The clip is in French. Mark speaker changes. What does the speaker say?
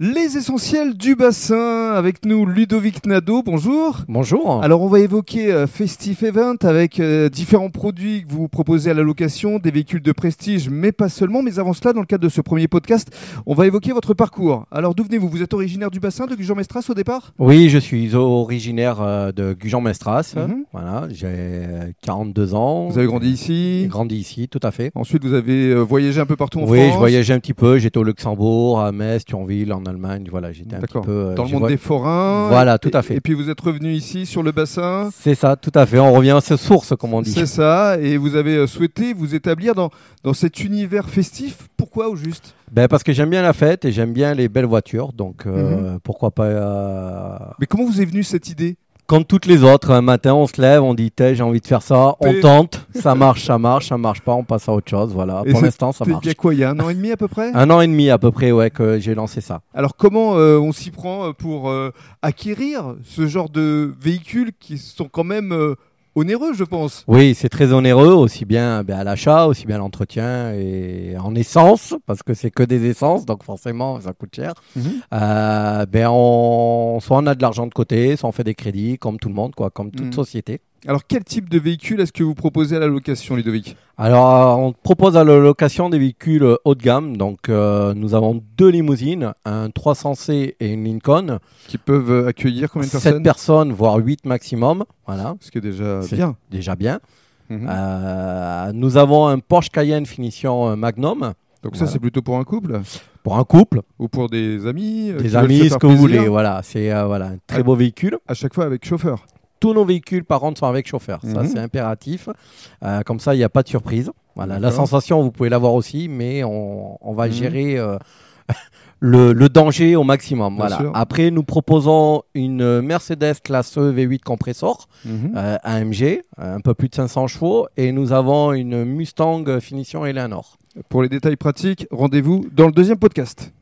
Speaker 1: Les essentiels du bassin, avec nous Ludovic Nadeau, bonjour.
Speaker 2: Bonjour.
Speaker 1: Alors on va évoquer euh, Festif Event avec euh, différents produits que vous proposez à la location, des véhicules de prestige, mais pas seulement. Mais avant cela, dans le cadre de ce premier podcast, on va évoquer votre parcours. Alors d'où venez-vous Vous êtes originaire du bassin de Gujan-Mestras au départ
Speaker 2: Oui, je suis originaire euh, de Gujan-Mestras.
Speaker 1: Mhm.
Speaker 2: Voilà, j'ai euh, 42 ans.
Speaker 1: Vous avez grandi
Speaker 2: J'ai
Speaker 1: ici
Speaker 2: grandi ici, tout à fait.
Speaker 1: Ensuite, vous avez euh, voyagé un peu partout en
Speaker 2: oui,
Speaker 1: France
Speaker 2: je voyageais un petit peu. J'étais au Luxembourg, à Metz, Thionville, en Allemagne. Voilà, j'étais un petit
Speaker 1: D'accord.
Speaker 2: peu. euh,
Speaker 1: Dans le
Speaker 2: j'ai
Speaker 1: monde
Speaker 2: voy-
Speaker 1: des forains.
Speaker 2: Voilà, tout à
Speaker 1: Et-
Speaker 2: fait.
Speaker 1: Et puis vous êtes revenu ici sur le bassin
Speaker 2: C'est ça, tout à fait. On revient à ses sources, comme on dit.
Speaker 1: C'est ça, et vous avez euh, souhaité vous établir dans, dans cet univers festif. Pourquoi au juste
Speaker 2: Ben, parce que j'aime bien la fête et j'aime bien les belles voitures. Donc, euh,
Speaker 1: Mhm.
Speaker 2: pourquoi pas. euh,
Speaker 1: Mais comment vous est venue cette idée
Speaker 2: Comme toutes les autres, un matin, on se lève, on dit, T'es, j'ai envie de faire ça,
Speaker 1: T'es-
Speaker 2: on tente, ça marche, ça marche, ça marche pas, on passe à autre chose. Voilà,
Speaker 1: Et
Speaker 2: pour
Speaker 1: c'est-
Speaker 2: l'instant, ça
Speaker 1: C'était
Speaker 2: marche. Ah.
Speaker 1: Il y a quoi, il y a un an et demi à peu près
Speaker 2: Un an et demi à peu près, ouais, que j'ai lancé ça.
Speaker 1: Alors comment euh, on s'y prend euh, pour euh, acquérir ce genre de véhicules qui sont quand même euh, onéreux, je pense
Speaker 2: Oui, c'est très onéreux, aussi bien ben, à l'achat, aussi bien à l'entretien et en essence, parce que c'est que des essences, donc forcément, ça coûte cher.
Speaker 1: Mhm.
Speaker 2: Euh, ben, on... Soit on a de l'argent de côté, soit on fait des crédits, comme tout le monde, quoi, comme toute
Speaker 1: Mhm.
Speaker 2: société.
Speaker 1: Alors quel type de véhicule est-ce que vous proposez à la location, Ludovic
Speaker 2: Alors, euh, on propose à la location des véhicules haut de gamme. Donc, euh, nous avons deux limousines, un 300C et une Lincoln.
Speaker 1: Qui peuvent euh, accueillir combien de
Speaker 2: Sept
Speaker 1: personnes
Speaker 2: personnes, voire huit maximum. Voilà,
Speaker 1: Ce qui est déjà
Speaker 2: C'est- Ah,
Speaker 1: bien.
Speaker 2: déjà bien.
Speaker 1: Mhm.
Speaker 2: Euh, nous avons un Porsche Cayenne finition euh, Magnum
Speaker 1: Donc ça,
Speaker 2: voilà.
Speaker 1: c'est plutôt pour un couple
Speaker 2: pour un couple,
Speaker 1: ou pour des amis euh, qui
Speaker 2: des
Speaker 1: veulent se
Speaker 2: amis, ce
Speaker 1: faire
Speaker 2: que vous
Speaker 1: plaisir
Speaker 2: voulez. Voilà, c'est euh, voilà, un très
Speaker 1: Ah.
Speaker 2: beau véhicule.
Speaker 1: À chaque fois avec chauffeur.
Speaker 2: Tous nos véhicules, par contre, sont avec chauffeur. Ça,
Speaker 1: Mhm.
Speaker 2: c'est impératif. Euh, comme ça, il n'y a pas de surprise. Voilà, la
Speaker 1: D'accord.
Speaker 2: sensation, vous pouvez l'avoir aussi, mais on, on va
Speaker 1: Mhm.
Speaker 2: gérer euh, le, le danger au maximum.
Speaker 1: Bien
Speaker 2: voilà.
Speaker 1: sûr.
Speaker 2: Après, nous proposons une Mercedes classe E V8 compressor. euh, AMG, euh, un peu plus de 500 chevaux, et nous avons une Mustang euh, finition Eleanor.
Speaker 1: Pour les détails pratiques, rendez-vous dans le deuxième podcast.